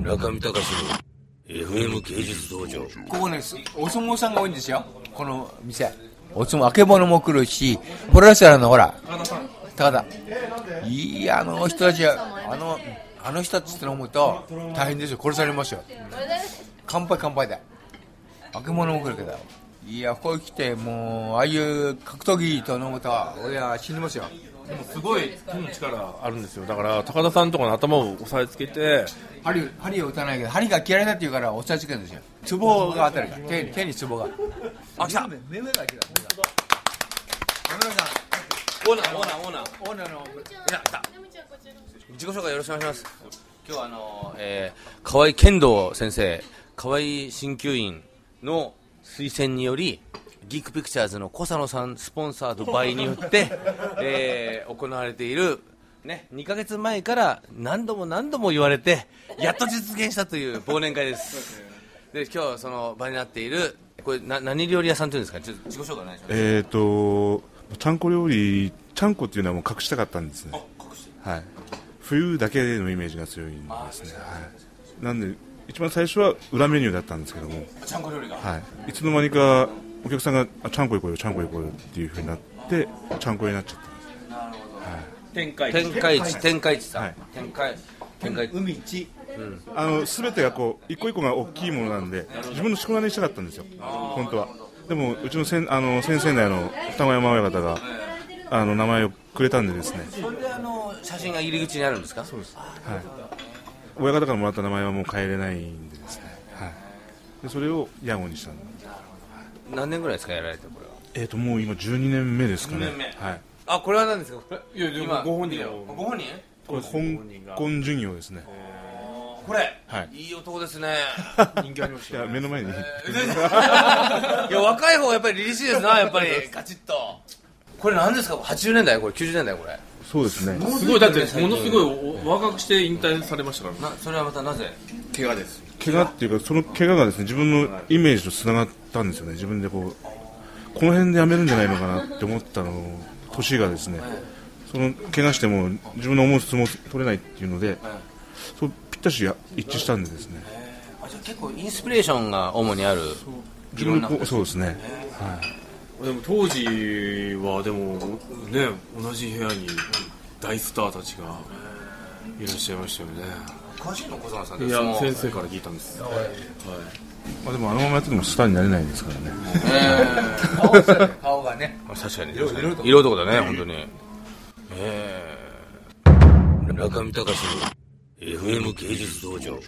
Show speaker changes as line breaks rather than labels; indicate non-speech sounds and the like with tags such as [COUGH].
中見隆の FM 芸術道場
ここね、すお相撲さんが多いんですよ、この店。お相撲、あけぼのも来るし、プロレスラーのほら、高田。いい、あの人たちは、あの、あの人たちって思うと、大変ですよ、殺されますよ。乾杯乾杯だ。あけぼのも来るけど。いや、ここへ来て、もう、ああいう格闘技と飲むと、俺は死にますよ。
でもすごい手の力あるんですよだから高田さんとかの頭を押さえつけて
針を針を打たないけど針が嫌いだって言うから押さえつけるんですよツボが当たるから手に手にツボがあ来た目目が来た
オーナーオーナーオーナー
オーナーの
自己紹介よろしくお願いします今日はあのー、えー、河合剣道先生河合鍼灸院の推薦によりギークピクチャーズの小佐野さんスポンサードバイによって、えー行われているね、2ヶ月前から何度も何度も言われてやっと実現したという忘年会ですで今日はその場になっているこれな何料理屋さんというんですかちょっと自己紹介お願いします
えっ、とちゃんこ料理ちゃんこっていうのはもう隠したかったんですねはい冬だけのイメージが強いんですねはいなんで一番最初は裏メニューだったんですけどもちゃんこ料理がはいいつの間にかお客さんがあちゃんこ行こうよちゃんこ行こうよっていうふうになってちゃんこになっちゃったんです
展開
天下一天下一さん、
はい
天下一天下一
海一
あの全てがこう一個一個が大きいものなんで自分のしこ名にしたかったんですよ本当はでもうちのせんあの先々代の双子山親方があの名前をくれたんでですね
それであの写真が入り口にあるんですかそうです
はい、親方からもらった名前はもう変えれないんでですね、はい、でそれを屋号にしたんで
何年ぐらいですかやられてこれは
えっ、ともう今12年目ですかね
12年目
はい、
あこれは何ですかこれ
いやでも
今
ご本人だよ
ご本人
これ香港巡業ですね
これ、
はい
い、い男です [LAUGHS] ね
人気ありまし
いや目の前に、
いや若い方がやっぱり凛々しいですなやっぱりガチッとこれ何ですか80年代これ90年代これ
そうですね
すごいだってものすごいお若くして引退されましたからね
なそれはまたなぜ
怪我です
怪我っていうかその怪我がですね自分のイメージとつながったんですよね自分でこうこの辺でやめるんじゃないのかなって思ったのを年がですねその怪我しても自分の思う相撲取れないっていうのでそうぴったしや一致したんでですね
あじゃあ結構インスピレーションが主にある
自分のこうそうですね
でも当時はでもね同じ部屋に大スターたちがいらっしゃいましたよね
詳しいの小沢さん
い
です
や
も
先生から聞いたんです
まあ、でもあのままやっててもスターになれないですからね
顔が顔がね
確かに色色色男だね本当にええ中見隆の FM 芸術道場